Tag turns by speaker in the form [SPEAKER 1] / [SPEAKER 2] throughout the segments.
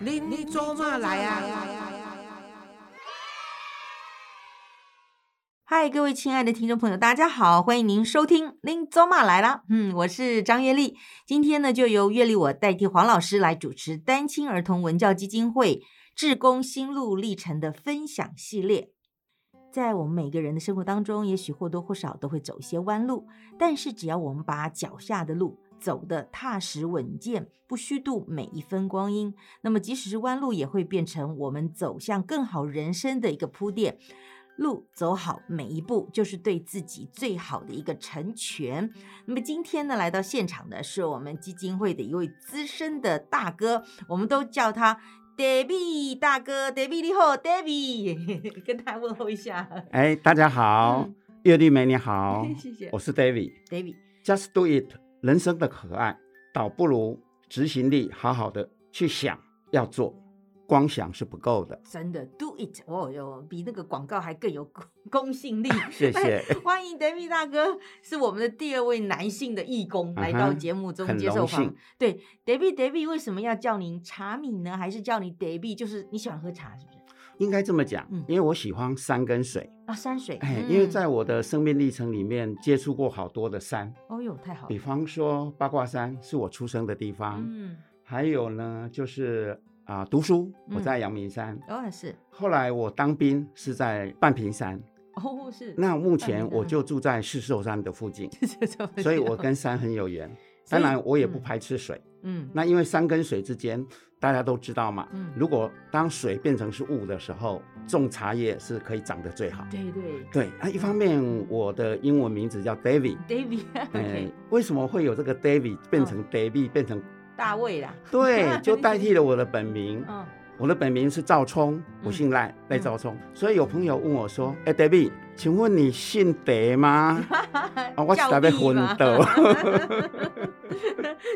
[SPEAKER 1] 您您做嘛来啊？
[SPEAKER 2] 嗨，各位亲爱的听众朋友，大家好，欢迎您收听《林走马来啦》。嗯，我是张月丽，今天呢就由月丽我代替黄老师来主持单亲儿童文教基金会志工心路历程的分享系列。在我们每个人的生活当中，也许或多或少都会走一些弯路，但是只要我们把脚下的路走得踏实稳健，不虚度每一分光阴，那么即使是弯路，也会变成我们走向更好人生的一个铺垫。路走好每一步，就是对自己最好的一个成全。那么今天呢，来到现场的是我们基金会的一位资深的大哥，我们都叫他 David 大哥，David 你好，David，跟 他问候一下。
[SPEAKER 3] 哎，大家好，
[SPEAKER 2] 嗯，
[SPEAKER 3] 月丽梅你好
[SPEAKER 2] 谢谢
[SPEAKER 3] 我是 David。
[SPEAKER 2] David，
[SPEAKER 3] Just do it，人生的可爱，倒不如执行力好好的去想要做，光想是不够的。
[SPEAKER 2] 真的 Do it，哦哟，比那个广告还更有公公信力。
[SPEAKER 3] 谢谢，
[SPEAKER 2] 欢迎 David 大哥，是我们的第二位男性的义工
[SPEAKER 3] 嗯哼
[SPEAKER 2] 来到节目中
[SPEAKER 3] 很
[SPEAKER 2] 接受
[SPEAKER 3] 荣
[SPEAKER 2] 访
[SPEAKER 3] 幸
[SPEAKER 2] 问。对，David David 为什么要叫您茶米呢？还是叫你 David？就是你喜欢喝茶是不是？
[SPEAKER 3] 应该这么讲
[SPEAKER 2] 嗯，
[SPEAKER 3] 因为我喜欢山跟水。
[SPEAKER 2] 啊，山水。
[SPEAKER 3] 哎，
[SPEAKER 2] 嗯
[SPEAKER 3] 因为在我的生命历程里面接触过好多的山，
[SPEAKER 2] 哦哟，太好
[SPEAKER 3] 比
[SPEAKER 2] 了。
[SPEAKER 3] 方说八卦山是我出生的地方，
[SPEAKER 2] 嗯，
[SPEAKER 3] 还有呢就是啊、读书
[SPEAKER 2] 嗯
[SPEAKER 3] 我在阳明山，
[SPEAKER 2] 当然哦是。
[SPEAKER 3] 后来我当兵是在半屏山，
[SPEAKER 2] 哦，是。
[SPEAKER 3] 那目
[SPEAKER 2] 半
[SPEAKER 3] 前
[SPEAKER 2] 屏山，
[SPEAKER 3] 我就住在四寿山的附近
[SPEAKER 2] 这怎么
[SPEAKER 3] 所以我
[SPEAKER 2] 讲
[SPEAKER 3] 跟山很有缘。
[SPEAKER 2] 所
[SPEAKER 3] 当
[SPEAKER 2] 以
[SPEAKER 3] 然，我也不
[SPEAKER 2] 嗯
[SPEAKER 3] 排斥水。
[SPEAKER 2] 嗯
[SPEAKER 3] 那因为山跟水之间，大家都知道嘛，
[SPEAKER 2] 嗯
[SPEAKER 3] 如果当水变成是雾的时候，种茶叶是可以长得最好。
[SPEAKER 2] 对对
[SPEAKER 3] 对啊，一方面我的英文名字叫 David，
[SPEAKER 2] ，David
[SPEAKER 3] 哎、
[SPEAKER 2] OK，哦
[SPEAKER 3] 为什么会有这个 David 变成 David、变成
[SPEAKER 2] 大卫啦。
[SPEAKER 3] 对，就代替了我的本名。
[SPEAKER 2] 嗯，
[SPEAKER 3] 我的本名是赵聪，我姓赖，赖赵聪。所以有朋友问我说：“哎、d a v i d 请问你姓德吗？”啊，我是
[SPEAKER 2] 嗯教
[SPEAKER 3] 在被
[SPEAKER 2] 义
[SPEAKER 3] 昏
[SPEAKER 2] 嘛
[SPEAKER 3] 倒。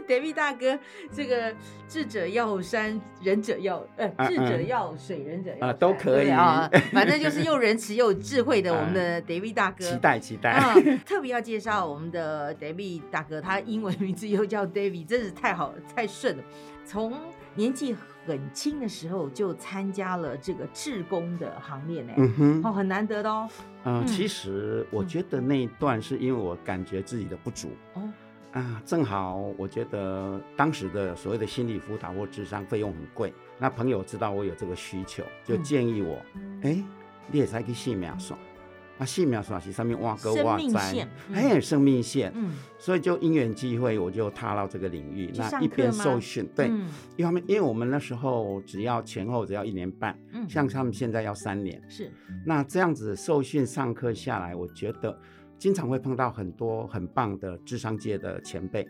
[SPEAKER 2] David 大哥，这个智者要山，仁者要，呃，
[SPEAKER 3] 嗯
[SPEAKER 2] 智者要水，仁者要
[SPEAKER 3] 啊
[SPEAKER 2] 山
[SPEAKER 3] 都可以啊
[SPEAKER 2] 对啊，反正就是又仁慈又有智慧 的我们的 David 大哥。
[SPEAKER 3] 期待期待。
[SPEAKER 2] 啊，特别要介绍我们的 David 大哥，他英文名字又叫 David，真是太好了，太顺了。从年纪很轻的时候就参加了这个志工的行列呢，
[SPEAKER 3] 嗯哼，
[SPEAKER 2] 哦，很难得的哦。
[SPEAKER 3] 嗯、
[SPEAKER 2] 嗯
[SPEAKER 3] 其实我觉得那一段是因为我感觉自己的不足
[SPEAKER 2] 哦，
[SPEAKER 3] 啊，正好我觉得当时的所谓的心理辅导或智商费用很贵，那朋友知道我有这个需求，就
[SPEAKER 2] 嗯
[SPEAKER 3] 建议我，哎、你也才去细秒算，啊，细秒算是上面挖沟
[SPEAKER 2] 生
[SPEAKER 3] 挖
[SPEAKER 2] 命线
[SPEAKER 3] 灾，
[SPEAKER 2] 嗯
[SPEAKER 3] 哎、生命线，
[SPEAKER 2] 嗯，
[SPEAKER 3] 所以就因缘际会，我就踏到这个领域，
[SPEAKER 2] 去上
[SPEAKER 3] 那一边
[SPEAKER 2] 课吗
[SPEAKER 3] 受训，对，
[SPEAKER 2] 嗯
[SPEAKER 3] 一方面因为我们那时候只要前后只要一年半，
[SPEAKER 2] 嗯
[SPEAKER 3] 像他们现在要三年。
[SPEAKER 2] 是
[SPEAKER 3] 那这样子受训上课下来，我觉得经常会碰到很多很棒的智商界的前辈，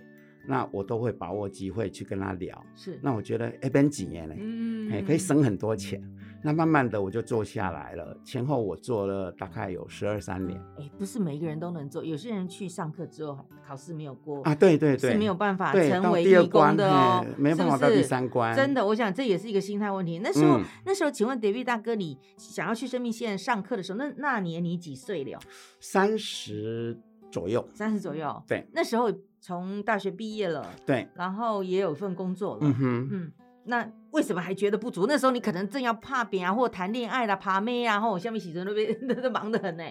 [SPEAKER 3] 那我都会把握机会去跟他聊。
[SPEAKER 2] 是，
[SPEAKER 3] 那我觉得哎，边几年呢，
[SPEAKER 2] 嗯
[SPEAKER 3] 哎、可以省很多钱。那慢慢的我就做下来了，前后我做了大概有十二三年
[SPEAKER 2] 哎，不是每一个人都能做，有些人去上课之后考试没有过
[SPEAKER 3] 啊，对对对，
[SPEAKER 2] 是没有办法
[SPEAKER 3] 对
[SPEAKER 2] 成
[SPEAKER 3] 到
[SPEAKER 2] 为
[SPEAKER 3] 第二
[SPEAKER 2] 义工
[SPEAKER 3] 关
[SPEAKER 2] 的哦
[SPEAKER 3] 嘿，没有办法
[SPEAKER 2] 是不
[SPEAKER 3] 到
[SPEAKER 2] 是
[SPEAKER 3] 第三关
[SPEAKER 2] 真的，我想这也是一个心态问题。那时候，
[SPEAKER 3] 嗯
[SPEAKER 2] 那时候，请问 David 大哥，你想要去生命线上课的时候，那那年你几岁了？
[SPEAKER 3] 三十左右，
[SPEAKER 2] 三十左右。
[SPEAKER 3] 对
[SPEAKER 2] 那时候从大学毕业了，
[SPEAKER 3] 对，
[SPEAKER 2] 然后也有份工作了。
[SPEAKER 3] 嗯哼，
[SPEAKER 2] 嗯那为什么还觉得不足？那时候你可能正要怕扁啊，或谈恋爱啦、爬妹啊，或下面洗成都被 都忙得很呢、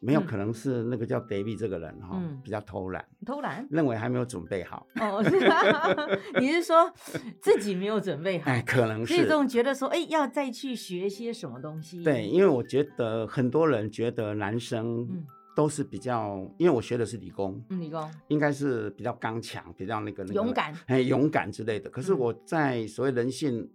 [SPEAKER 3] 没有
[SPEAKER 2] 嗯
[SPEAKER 3] 可能是那个叫 David 这个人哈、
[SPEAKER 2] 嗯
[SPEAKER 3] 比较偷懒，
[SPEAKER 2] 偷懒。
[SPEAKER 3] 认为还没有准备好。
[SPEAKER 2] 哦，是啊你是说自己没有准备好，
[SPEAKER 3] 哎，可能
[SPEAKER 2] 所以
[SPEAKER 3] 是
[SPEAKER 2] 总觉得说，哎，要再去学些什么东西？
[SPEAKER 3] 对，，因为我觉得很多人觉得男
[SPEAKER 2] 嗯
[SPEAKER 3] 生都是比较，因为我学的是理工，
[SPEAKER 2] 嗯，理工
[SPEAKER 3] 应该是比较刚强，比较那个、那个、
[SPEAKER 2] 勇敢，
[SPEAKER 3] 哎，勇敢之类的。可是
[SPEAKER 2] 嗯
[SPEAKER 3] 我在所谓人性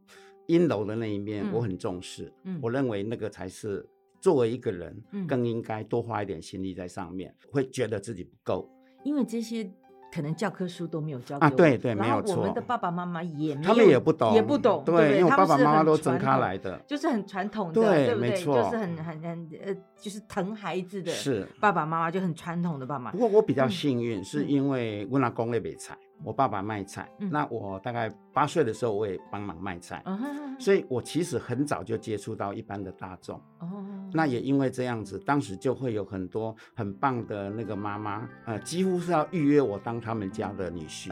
[SPEAKER 3] 阴柔的那一面，
[SPEAKER 2] 嗯
[SPEAKER 3] 我很重视，
[SPEAKER 2] 嗯
[SPEAKER 3] 我认为那个才是作为一个人
[SPEAKER 2] 嗯
[SPEAKER 3] 更应该多花一点心力在上面，会觉得自己不够。
[SPEAKER 2] 因为这些可能教科书都没有教
[SPEAKER 3] 啊
[SPEAKER 2] 给我
[SPEAKER 3] 对
[SPEAKER 2] 们
[SPEAKER 3] 对
[SPEAKER 2] 然
[SPEAKER 3] 没
[SPEAKER 2] 后
[SPEAKER 3] 有
[SPEAKER 2] 我们
[SPEAKER 3] 错
[SPEAKER 2] 的爸爸妈妈也没
[SPEAKER 3] 他们
[SPEAKER 2] 有
[SPEAKER 3] 也不懂，
[SPEAKER 2] 也不懂，
[SPEAKER 3] 对，
[SPEAKER 2] 不对
[SPEAKER 3] 因为我
[SPEAKER 2] 他
[SPEAKER 3] 爸
[SPEAKER 2] 们
[SPEAKER 3] 爸
[SPEAKER 2] 是
[SPEAKER 3] 妈妈
[SPEAKER 2] 很
[SPEAKER 3] 都分
[SPEAKER 2] 传
[SPEAKER 3] 开
[SPEAKER 2] 统
[SPEAKER 3] 来的，
[SPEAKER 2] 就是很传统的，
[SPEAKER 3] 对
[SPEAKER 2] 不
[SPEAKER 3] 没
[SPEAKER 2] 对？
[SPEAKER 3] 错
[SPEAKER 2] 就是很很很呃，就是疼孩子的，
[SPEAKER 3] 是。
[SPEAKER 2] 爸爸妈妈就很传统的爸妈
[SPEAKER 3] 不，过我比较
[SPEAKER 2] 嗯
[SPEAKER 3] 幸运，是
[SPEAKER 2] 嗯
[SPEAKER 3] 因为我阿公也卖菜，我爸爸卖菜，
[SPEAKER 2] 嗯
[SPEAKER 3] 那我大概八岁的时候我也帮忙卖菜，
[SPEAKER 2] 嗯哼哼哼
[SPEAKER 3] 所以我其实很早就接触到一般的大众。
[SPEAKER 2] 哦，
[SPEAKER 3] 那也因为这样子，当时就会有很多很棒的那个妈妈，呃，几乎是要预约我当他们家的女婿。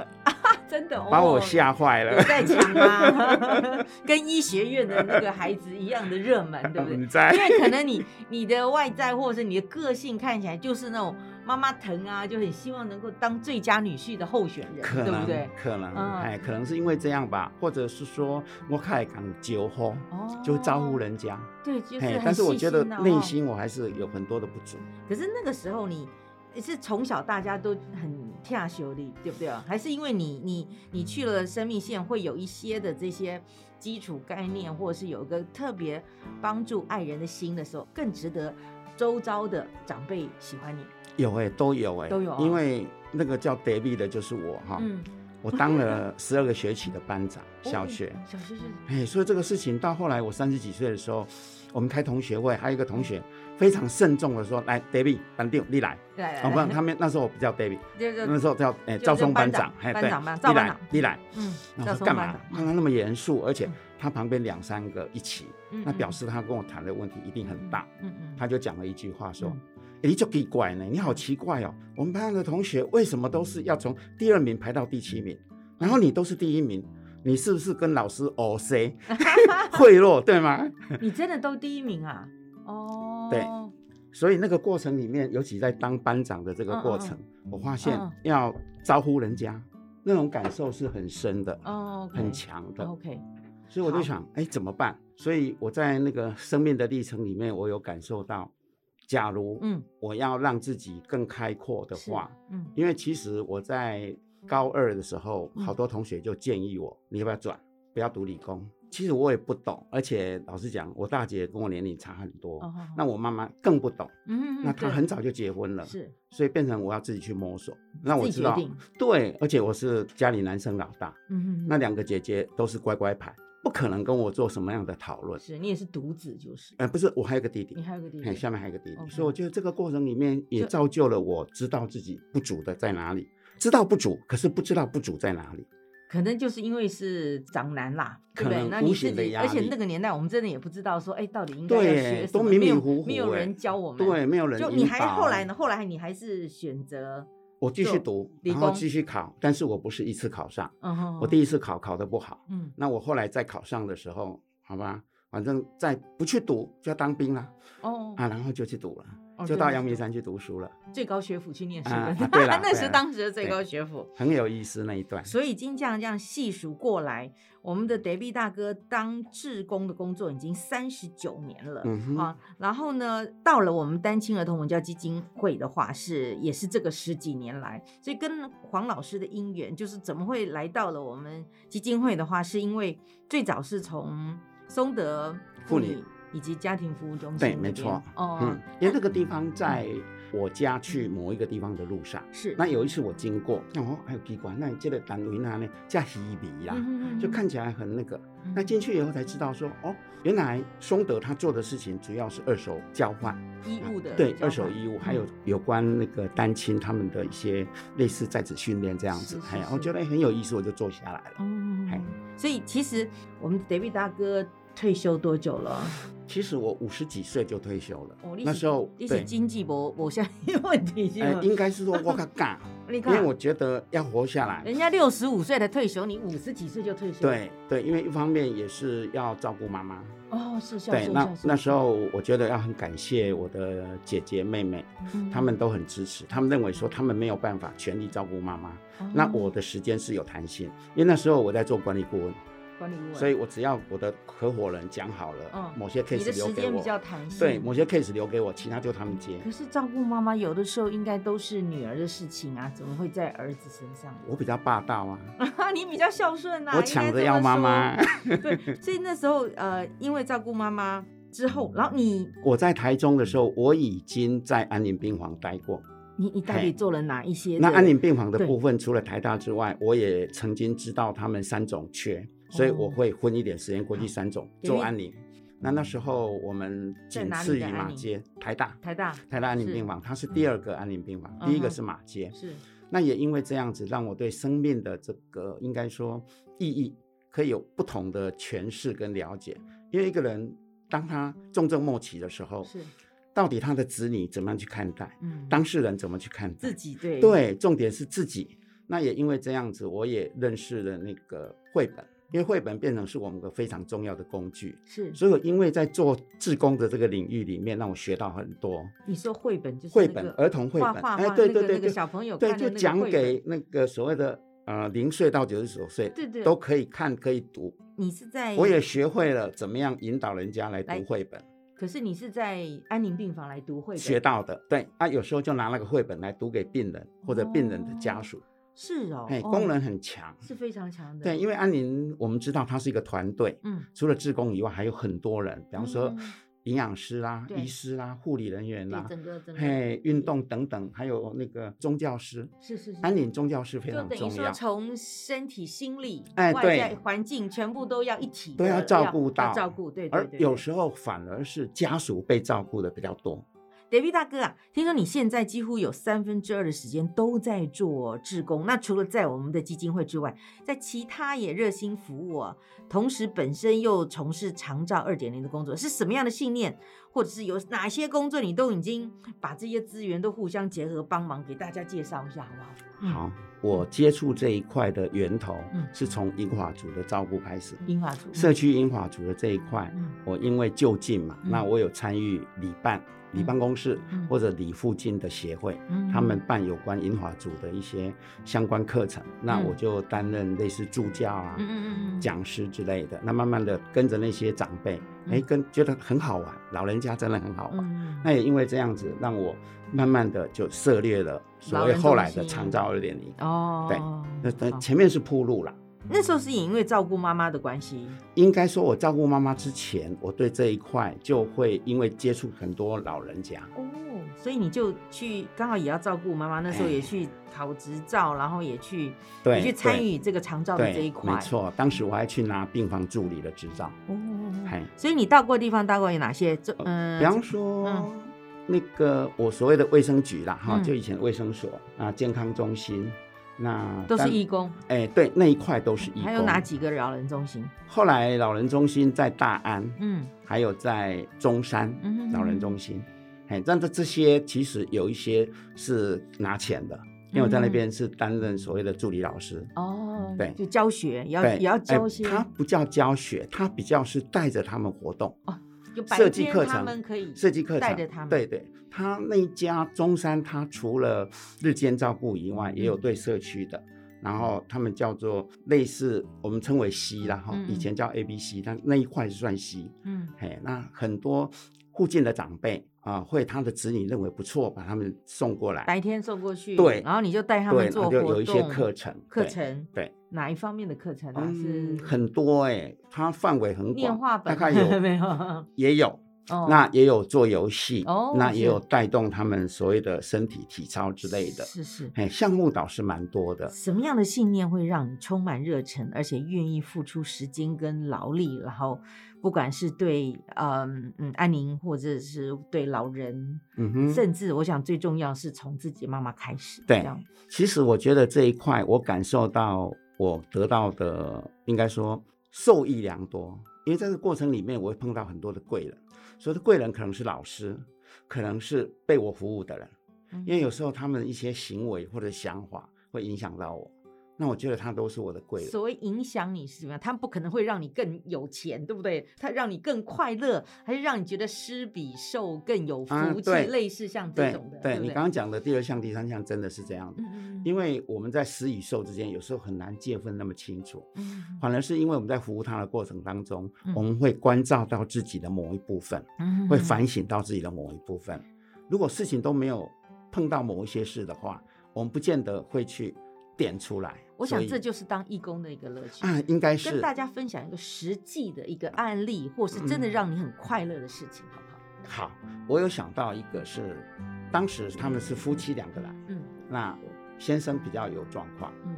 [SPEAKER 2] 真的
[SPEAKER 3] 把我
[SPEAKER 2] 哦
[SPEAKER 3] 吓坏了
[SPEAKER 2] 有。在抢啊， 跟医学院的那个孩子一样的热门，对不对？
[SPEAKER 3] 你在
[SPEAKER 2] 因为可能你你的外在或者是你的个性看起来就是那种妈妈疼啊，就很希望能够当最佳女婿的候选人，
[SPEAKER 3] 可
[SPEAKER 2] 对不
[SPEAKER 3] 能
[SPEAKER 2] 对？
[SPEAKER 3] 可能
[SPEAKER 2] 嗯
[SPEAKER 3] 哎，可能是因为这样吧，或者是说我太敢招呼，
[SPEAKER 2] 哦
[SPEAKER 3] 就招呼，人家。
[SPEAKER 2] 对，就是
[SPEAKER 3] 嘿
[SPEAKER 2] 很，
[SPEAKER 3] 但是我
[SPEAKER 2] 细
[SPEAKER 3] 觉得
[SPEAKER 2] 心啊
[SPEAKER 3] 内
[SPEAKER 2] 哦
[SPEAKER 3] 心我还是有很多的不足。
[SPEAKER 2] 可是那个时候你是从小大家都很跳修理，对不对？还是因为你你你去了生命线，会有一些的这些基础概念，或者是有一个特别帮助爱人的心的时候，更值得周遭的长辈喜欢你。
[SPEAKER 3] 有哎、都有哎、
[SPEAKER 2] 都有哦
[SPEAKER 3] 因为那个叫 David 的就是我哈，
[SPEAKER 2] 嗯，
[SPEAKER 3] 我当了十二个学期的班长，小学。
[SPEAKER 2] 哦小学是
[SPEAKER 3] 哎，所以这个事情到后来我三十几岁的时候，我们开同学会，还有一个同学非常慎重的说：“来，David 班定，你来。
[SPEAKER 2] 来”
[SPEAKER 3] 我
[SPEAKER 2] 来
[SPEAKER 3] 哦不然
[SPEAKER 2] 来，
[SPEAKER 3] 他们那时候我不叫 David，
[SPEAKER 2] 哎就
[SPEAKER 3] 那
[SPEAKER 2] 就
[SPEAKER 3] 时候叫哎
[SPEAKER 2] 就
[SPEAKER 3] 赵松班
[SPEAKER 2] 班
[SPEAKER 3] 长
[SPEAKER 2] 长，
[SPEAKER 3] 哎
[SPEAKER 2] 班
[SPEAKER 3] 对
[SPEAKER 2] 长班，
[SPEAKER 3] 你
[SPEAKER 2] 赵班
[SPEAKER 3] 来
[SPEAKER 2] 长，
[SPEAKER 3] 你来。
[SPEAKER 2] 嗯，
[SPEAKER 3] 然后
[SPEAKER 2] 赵
[SPEAKER 3] 我说
[SPEAKER 2] 松嗯
[SPEAKER 3] 干
[SPEAKER 2] 班
[SPEAKER 3] 嘛嗯
[SPEAKER 2] 长？
[SPEAKER 3] 让他那么严肃？而且
[SPEAKER 2] 嗯
[SPEAKER 3] 他旁边两三个一起，
[SPEAKER 2] 嗯
[SPEAKER 3] 那表示他跟我谈的问题一定很大。，
[SPEAKER 2] 嗯嗯嗯，
[SPEAKER 3] 他就讲了一句话说
[SPEAKER 2] 嗯：“
[SPEAKER 3] 哎、你就奇怪呢，你好奇怪哦，我们班上的同学为什么都是要从第二名排到第七名，然后你都是第一名，你是不是跟老师哦 C 贿赂对吗
[SPEAKER 2] 你真的都第一名啊？哦，
[SPEAKER 3] 对所以那个过程里面，尤其在当班长的这个过程，我发现
[SPEAKER 2] 嗯嗯
[SPEAKER 3] 要招呼人家，那种感受是很深的，
[SPEAKER 2] 哦，OK，
[SPEAKER 3] 很强的。
[SPEAKER 2] ，OK，
[SPEAKER 3] 所以我就
[SPEAKER 2] 好
[SPEAKER 3] 想，哎，怎么办？所以我在那个生命的历程里面，我有感受到，假如
[SPEAKER 2] 嗯，
[SPEAKER 3] 我要让自己更开阔的
[SPEAKER 2] 是
[SPEAKER 3] 话，，
[SPEAKER 2] 嗯。
[SPEAKER 3] 因为其实我在高二的时候，
[SPEAKER 2] 嗯
[SPEAKER 3] 好多同学就建议我，你要不要转，不要读理工。其实我也不懂，而且老实讲，我大姐跟我年龄差很多，
[SPEAKER 2] 哦好
[SPEAKER 3] 那我妈妈更不懂，
[SPEAKER 2] 嗯，
[SPEAKER 3] 那她
[SPEAKER 2] 对
[SPEAKER 3] 很早就结婚了，
[SPEAKER 2] 是嗯
[SPEAKER 3] 所以变成我要自己去摸索。那我
[SPEAKER 2] 自己
[SPEAKER 3] 知
[SPEAKER 2] 决
[SPEAKER 3] 道
[SPEAKER 2] 定，
[SPEAKER 3] 对，而且我是家里男生老大，
[SPEAKER 2] 嗯，
[SPEAKER 3] 那两个姐姐都是乖乖牌，不可能跟我做什么样的讨论。
[SPEAKER 2] 是你也是独子，就是
[SPEAKER 3] 呃，不是，我还有个弟弟
[SPEAKER 2] 你，还有个弟
[SPEAKER 3] 嘿，
[SPEAKER 2] 弟，
[SPEAKER 3] 下面还有个弟弟
[SPEAKER 2] 嗯 OK
[SPEAKER 3] 所以我觉得这个过程里面也
[SPEAKER 2] 就
[SPEAKER 3] 造就了我知道自己不足的在哪里，知道不足，可是不知道不足在哪里。
[SPEAKER 2] 可能就是因为是长男啦，对
[SPEAKER 3] 可
[SPEAKER 2] 不对？
[SPEAKER 3] 能
[SPEAKER 2] 那
[SPEAKER 3] 无
[SPEAKER 2] 你
[SPEAKER 3] 形
[SPEAKER 2] 自
[SPEAKER 3] 的
[SPEAKER 2] 己，
[SPEAKER 3] 压
[SPEAKER 2] 而且
[SPEAKER 3] 力
[SPEAKER 2] 那个年代我们真的也不知道说，哎，到底应该要
[SPEAKER 3] 对
[SPEAKER 2] 学，什
[SPEAKER 3] 都
[SPEAKER 2] 么，
[SPEAKER 3] 迷
[SPEAKER 2] 没
[SPEAKER 3] 迷
[SPEAKER 2] 有
[SPEAKER 3] 糊糊，
[SPEAKER 2] 没有
[SPEAKER 3] 哎
[SPEAKER 2] 人教我们，
[SPEAKER 3] 对，，没有人。哦
[SPEAKER 2] 就你还后来？呢？后来你还是选择，
[SPEAKER 3] 我继续
[SPEAKER 2] 就
[SPEAKER 3] 读，
[SPEAKER 2] 理
[SPEAKER 3] 然后
[SPEAKER 2] 工
[SPEAKER 3] 继续考，但是我不是一次考上，
[SPEAKER 2] 嗯哼，
[SPEAKER 3] 我第一次考考得不好，
[SPEAKER 2] 嗯，
[SPEAKER 3] 那我后来再考上的时候，好吧，反正再不去读就要当兵啦，
[SPEAKER 2] 哦，
[SPEAKER 3] 啊，然后就去读了，
[SPEAKER 2] 哦
[SPEAKER 3] 就
[SPEAKER 2] 真
[SPEAKER 3] 到
[SPEAKER 2] 的
[SPEAKER 3] 阳
[SPEAKER 2] 是
[SPEAKER 3] 明山去读书了，
[SPEAKER 2] 最高学府去念书
[SPEAKER 3] 啊
[SPEAKER 2] 的
[SPEAKER 3] 啊，对啦
[SPEAKER 2] 那
[SPEAKER 3] 对
[SPEAKER 2] 是
[SPEAKER 3] 啦
[SPEAKER 2] 当时的最
[SPEAKER 3] 对
[SPEAKER 2] 高学府，
[SPEAKER 3] 很有意思那一段。
[SPEAKER 2] 所以经这样这样细数过来，我们的 David 大哥当志工的工作已经三十九年了。
[SPEAKER 3] 嗯哼，
[SPEAKER 2] 啊，然后呢，到了我们单亲儿童文教基金会的话，是也是这个十几年来，所以跟黄老师的因缘，就是怎么会来到了我们基金会的话，是因为最早是从松德妇
[SPEAKER 3] 妇女
[SPEAKER 2] 女以及家庭服务中心
[SPEAKER 3] 对，
[SPEAKER 2] 那
[SPEAKER 3] 没
[SPEAKER 2] 边
[SPEAKER 3] 错。
[SPEAKER 2] 哦，
[SPEAKER 3] 嗯，因为那个地方在我家去某一个地方的路上，
[SPEAKER 2] 是
[SPEAKER 3] 那有一次我经过，
[SPEAKER 2] 哦
[SPEAKER 3] 那我还有奇怪，那你这个单位那呢叫鱼米啦，
[SPEAKER 2] 嗯
[SPEAKER 3] 啊就看起来很那个。那
[SPEAKER 2] 就
[SPEAKER 3] 进去以后才知道说，哦，原来松德他做的事情主要是二手交换，
[SPEAKER 2] 衣物的
[SPEAKER 3] 对，
[SPEAKER 2] 嗯交
[SPEAKER 3] 二手
[SPEAKER 2] 换
[SPEAKER 3] 衣物，
[SPEAKER 2] 嗯
[SPEAKER 3] 还有有关那个单亲他们的一些类似在职训练这样子
[SPEAKER 2] 是，是
[SPEAKER 3] 哎呀，
[SPEAKER 2] 是
[SPEAKER 3] 我觉得很有意思，我就坐下来了。
[SPEAKER 2] 哦
[SPEAKER 3] 嘿，
[SPEAKER 2] 所以其实我们 David 大哥退休多久了？
[SPEAKER 3] 其实我五十几岁就退休了
[SPEAKER 2] 哦，，你
[SPEAKER 3] 那
[SPEAKER 2] 是
[SPEAKER 3] 时候
[SPEAKER 2] 你是
[SPEAKER 3] 对，
[SPEAKER 2] 经济不无下 问题是
[SPEAKER 3] 呃
[SPEAKER 2] 吗，
[SPEAKER 3] 应该是说我较尬，
[SPEAKER 2] 你
[SPEAKER 3] 因为
[SPEAKER 2] 看哎
[SPEAKER 3] 我觉得要活下来，
[SPEAKER 2] 人家六十五岁才退休，你五十几岁就退休，
[SPEAKER 3] 对对，因为一方面也是要照顾妈妈，
[SPEAKER 2] 哦，是孝
[SPEAKER 3] 对，
[SPEAKER 2] 顺
[SPEAKER 3] 那
[SPEAKER 2] 孝顺
[SPEAKER 3] 那时候我觉得要很感谢我的姐姐妹妹，
[SPEAKER 2] 嗯
[SPEAKER 3] 她们都很支持，她们认为说她们没有办法全力照顾妈妈，
[SPEAKER 2] 哦
[SPEAKER 3] 那我的时间是有弹性，因为那时候我在做管理顾问，
[SPEAKER 2] 管理顾问，
[SPEAKER 3] 所以我只要我的合伙人讲好了
[SPEAKER 2] 嗯，
[SPEAKER 3] 某些
[SPEAKER 2] 你的
[SPEAKER 3] case 留
[SPEAKER 2] 时
[SPEAKER 3] 给
[SPEAKER 2] 间比较
[SPEAKER 3] 我，
[SPEAKER 2] 弹性，嗯
[SPEAKER 3] 对，某些 case 留给我，其他就他们接。
[SPEAKER 2] 可是照顾妈妈有的时候应该都是女儿的事情啊，怎么会在儿子身 上？
[SPEAKER 3] 我比较霸道啊，
[SPEAKER 2] 你比较孝顺啊，
[SPEAKER 3] 我
[SPEAKER 2] 应该
[SPEAKER 3] 抢
[SPEAKER 2] 这
[SPEAKER 3] 着
[SPEAKER 2] 么
[SPEAKER 3] 要妈
[SPEAKER 2] 说
[SPEAKER 3] 妈。
[SPEAKER 2] 对，所以那时候呃，因为照顾妈妈之后，然后你
[SPEAKER 3] 我在台中的时候，我已经在安宁病房待过，
[SPEAKER 2] 你你到底
[SPEAKER 3] 嘿
[SPEAKER 2] 做了哪一些的？
[SPEAKER 3] 那安宁病房的
[SPEAKER 2] 对
[SPEAKER 3] 部分，除了台大之外，我也曾经知道他们三种缺，所以我会分一点时间过去三种
[SPEAKER 2] 哦有一
[SPEAKER 3] 做安宁。那那时候我们仅次于马街，台大
[SPEAKER 2] 台大
[SPEAKER 3] 台大安宁病房，它是第二个安宁病房，
[SPEAKER 2] 嗯
[SPEAKER 3] 第一个是马街。
[SPEAKER 2] 是
[SPEAKER 3] 那也因为这样子，让我对生命的这个应该说意义可以有不同的诠释跟了解。因为一个人当他重症末期的时候，
[SPEAKER 2] 是，
[SPEAKER 3] 到底他的子女怎么样去看待，
[SPEAKER 2] 嗯，
[SPEAKER 3] 当事人怎么去看待
[SPEAKER 2] 自己对
[SPEAKER 3] 对，重点是自己。那也因为这样子，我也认识了那个绘本，因为绘本变成是我们的非常重要的工具。
[SPEAKER 2] 是
[SPEAKER 3] 所以，我因为在做志工的这个领域里面，让我学到很多
[SPEAKER 2] 你说绘本就是
[SPEAKER 3] 绘
[SPEAKER 2] 那
[SPEAKER 3] 本，
[SPEAKER 2] 个
[SPEAKER 3] 儿童绘
[SPEAKER 2] 画
[SPEAKER 3] 本，
[SPEAKER 2] 画
[SPEAKER 3] 哎，
[SPEAKER 2] 画
[SPEAKER 3] 对
[SPEAKER 2] 那
[SPEAKER 3] 对
[SPEAKER 2] 个
[SPEAKER 3] 对
[SPEAKER 2] 那个
[SPEAKER 3] 对，
[SPEAKER 2] 小朋友
[SPEAKER 3] 对，
[SPEAKER 2] 看的
[SPEAKER 3] 就
[SPEAKER 2] 那个
[SPEAKER 3] 讲
[SPEAKER 2] 绘
[SPEAKER 3] 给那个所谓的呃零岁到九十九岁，
[SPEAKER 2] 对对
[SPEAKER 3] 都可以看可以读。
[SPEAKER 2] 你是在
[SPEAKER 3] 我也学会了怎么样引导人家来
[SPEAKER 2] 来
[SPEAKER 3] 读绘本，
[SPEAKER 2] 可是你是在安宁病房来读绘本，
[SPEAKER 3] 学到的。对啊，有时候就拿那个绘本来读给病人或者病人的家属，
[SPEAKER 2] 是哦，
[SPEAKER 3] 哎，
[SPEAKER 2] 哦
[SPEAKER 3] 功能很强。
[SPEAKER 2] 是非常强的，
[SPEAKER 3] 对，，因为安宁我们知道它是一个团队，
[SPEAKER 2] 嗯，
[SPEAKER 3] 除了志工以外，还有很多人，比方说
[SPEAKER 2] 嗯
[SPEAKER 3] 营养师啦、
[SPEAKER 2] 对
[SPEAKER 3] 医师啦、护理人员
[SPEAKER 2] 对，
[SPEAKER 3] 啦，
[SPEAKER 2] 整个整个
[SPEAKER 3] 嘿，运动等等，还有那个宗教师，
[SPEAKER 2] 是是是，
[SPEAKER 3] 安宁宗教师非
[SPEAKER 2] 就
[SPEAKER 3] 常
[SPEAKER 2] 等于
[SPEAKER 3] 重
[SPEAKER 2] 说
[SPEAKER 3] 要，
[SPEAKER 2] 从身体、心理、
[SPEAKER 3] 哎
[SPEAKER 2] 外
[SPEAKER 3] 对
[SPEAKER 2] 在环境全部都要一体
[SPEAKER 3] 都
[SPEAKER 2] 的
[SPEAKER 3] 要照顾到
[SPEAKER 2] 照顾对。对
[SPEAKER 3] 而
[SPEAKER 2] 对
[SPEAKER 3] 有
[SPEAKER 2] 对
[SPEAKER 3] 时候反而是家属被照顾的比较多。
[SPEAKER 2] David 大哥啊，听说你现在几乎有三分之二的时间都在做志工，那除了在我们的基金会之外，在其他也热心服务啊，同时本身又从事长照二点零的工作，是什么样的信念，或者是有哪些工作你都已经把这些资源都互相结合帮忙，给大家介绍一下好不好？嗯
[SPEAKER 3] 好，我接触这一块的源头
[SPEAKER 2] 嗯
[SPEAKER 3] 是从银华族的照顾开始，
[SPEAKER 2] 英华组
[SPEAKER 3] 社区银华族的这一块，
[SPEAKER 2] 嗯
[SPEAKER 3] 我因为就近嘛，
[SPEAKER 2] 嗯
[SPEAKER 3] 那我有参与里办、里办公室
[SPEAKER 2] 嗯
[SPEAKER 3] 或者里附近的协会，
[SPEAKER 2] 嗯
[SPEAKER 3] 他们办有关银华族的一些相关课程，那
[SPEAKER 2] 嗯
[SPEAKER 3] 我就担任类似助教啊、
[SPEAKER 2] 嗯嗯嗯嗯
[SPEAKER 3] 讲师之类的。那慢慢的跟着那些长辈，哎、
[SPEAKER 2] 嗯
[SPEAKER 3] 跟觉得很好玩，老人家真的很好玩。
[SPEAKER 2] 嗯
[SPEAKER 3] 那也因为这样子，让我慢慢的就涉猎了所
[SPEAKER 2] 老
[SPEAKER 3] 谓
[SPEAKER 2] 人
[SPEAKER 3] 后
[SPEAKER 2] 中
[SPEAKER 3] 来的
[SPEAKER 2] 心
[SPEAKER 3] 长照二点零。
[SPEAKER 2] 哦
[SPEAKER 3] 对那
[SPEAKER 2] 好
[SPEAKER 3] 等前面是铺路啦，
[SPEAKER 2] 那时候是也因为照顾妈妈的关系，
[SPEAKER 3] 应该说我照顾妈妈之前，我对这一块就会因为接触很多老人家，
[SPEAKER 2] 哦，所以你就去，刚好也要照顾妈妈，那时候也去考执照，然后也去
[SPEAKER 3] 哎对
[SPEAKER 2] 也去参
[SPEAKER 3] 对
[SPEAKER 2] 与这个长照的这一
[SPEAKER 3] 对，
[SPEAKER 2] 块，
[SPEAKER 3] 没错。当时我还去拿病房助理的执照，
[SPEAKER 2] 哦。哦。哦
[SPEAKER 3] 哎，
[SPEAKER 2] 所以你到过的地方，大概有哪些？这嗯，
[SPEAKER 3] 呃比方说、
[SPEAKER 2] 嗯
[SPEAKER 3] 那个我所谓的卫生局啦，哈、
[SPEAKER 2] 嗯
[SPEAKER 3] 就以前的卫生所啊、健康中心，那
[SPEAKER 2] 都是
[SPEAKER 3] 但
[SPEAKER 2] 义工，
[SPEAKER 3] 哎、对，那一块都是义工。
[SPEAKER 2] 还有哪？几个老人中心？
[SPEAKER 3] 后来老人中心在大安，
[SPEAKER 2] 嗯
[SPEAKER 3] 还有在中山
[SPEAKER 2] 嗯哼哼
[SPEAKER 3] 老人中心，哎，但这这些其实有一些是拿钱的，因为我在那边是担任所谓的助理老师。
[SPEAKER 2] 哦，
[SPEAKER 3] 对
[SPEAKER 2] 就教学，也要
[SPEAKER 3] 对，
[SPEAKER 2] 也要
[SPEAKER 3] 哎
[SPEAKER 2] 教一些，
[SPEAKER 3] 它不叫教学，它比较是带着他们活动，
[SPEAKER 2] 就白
[SPEAKER 3] 设计
[SPEAKER 2] 天
[SPEAKER 3] 课
[SPEAKER 2] 他
[SPEAKER 3] 程
[SPEAKER 2] 们可以
[SPEAKER 3] 设计课程，
[SPEAKER 2] 带着他们，
[SPEAKER 3] 对对，他那一家中山，他除了日间照顾以外，
[SPEAKER 2] 嗯
[SPEAKER 3] 也有对社区的。然后他们叫做类似我们称为 C 啦哈
[SPEAKER 2] 嗯，嗯
[SPEAKER 3] 以前叫 A B C，但那一块是算 C。
[SPEAKER 2] 嗯，
[SPEAKER 3] 嘿，那很多附近的长辈啊、会他的子女认为不错，把他们送过来。
[SPEAKER 2] 白天送过去，
[SPEAKER 3] 对
[SPEAKER 2] 然后你就带他
[SPEAKER 3] 对，
[SPEAKER 2] 们
[SPEAKER 3] 然
[SPEAKER 2] 做
[SPEAKER 3] 后
[SPEAKER 2] 活
[SPEAKER 3] 就
[SPEAKER 2] 动，
[SPEAKER 3] 有一些课程，
[SPEAKER 2] 课
[SPEAKER 3] 对，
[SPEAKER 2] 程
[SPEAKER 3] 对，
[SPEAKER 2] 哪一方面的课程啊？
[SPEAKER 3] 嗯，
[SPEAKER 2] 是
[SPEAKER 3] 很多哎、它范围很广，
[SPEAKER 2] 念画本
[SPEAKER 3] 大概
[SPEAKER 2] 没
[SPEAKER 3] 有
[SPEAKER 2] 有？哦，
[SPEAKER 3] 也有，那也有做游戏，
[SPEAKER 2] 哦
[SPEAKER 3] 那也有
[SPEAKER 2] 是
[SPEAKER 3] 带动他们所谓的身体体操之类的，
[SPEAKER 2] 是是。
[SPEAKER 3] 哎，项目倒是蛮多的。
[SPEAKER 2] 什么样的信念会让你充满热忱，而且愿意付出时间跟劳力？然后，不管是对嗯嗯安宁，或者是对老人，
[SPEAKER 3] 嗯哼，
[SPEAKER 2] 甚至我想最重要是从自己妈妈开始。
[SPEAKER 3] 对
[SPEAKER 2] 这样
[SPEAKER 3] 其实我觉得这一块，我感受到我得到的，应该说受益良多。因为在这个过程里面，我会碰到很多的贵人，所谓的贵人可能是老师，可能是被我服务的人，
[SPEAKER 2] 嗯
[SPEAKER 3] 因为有时候他们的一些行为或者想法会影响到我，那我觉得他都是我的贵人。
[SPEAKER 2] 所谓影响你是什么样？他们不可能会让你更有钱，对不对？他让你更快乐，还是让你觉得施比受更有
[SPEAKER 3] 啊
[SPEAKER 2] 福气？
[SPEAKER 3] 对
[SPEAKER 2] 类似像这
[SPEAKER 3] 对
[SPEAKER 2] 种的，
[SPEAKER 3] 对，
[SPEAKER 2] 不
[SPEAKER 3] 你
[SPEAKER 2] 对？
[SPEAKER 3] 刚刚讲的第二项、第三项真的是这样的，
[SPEAKER 2] 嗯嗯嗯
[SPEAKER 3] 因为我们在施与受之间，有时候很难界分那么清楚。
[SPEAKER 2] 嗯
[SPEAKER 3] 反而是因为我们在服务他的过程当中，
[SPEAKER 2] 嗯
[SPEAKER 3] 我们会关照到自己的某一部分，
[SPEAKER 2] 嗯
[SPEAKER 3] 会反省到自己的某一部分。如果事情都没有碰到某一些事的话，我们不见得会去点出来。
[SPEAKER 2] 我想
[SPEAKER 3] 所以
[SPEAKER 2] 这就是当义工的一个乐趣
[SPEAKER 3] 啊，应该
[SPEAKER 2] 跟
[SPEAKER 3] 是
[SPEAKER 2] 大家分享一个实际的一个案例，或是真的
[SPEAKER 3] 嗯
[SPEAKER 2] 让你很快乐的事情，好不好？
[SPEAKER 3] 好。我有想到一个是，当时他们是夫妻两个来，
[SPEAKER 2] 嗯
[SPEAKER 3] 那先生比较有状况，
[SPEAKER 2] 嗯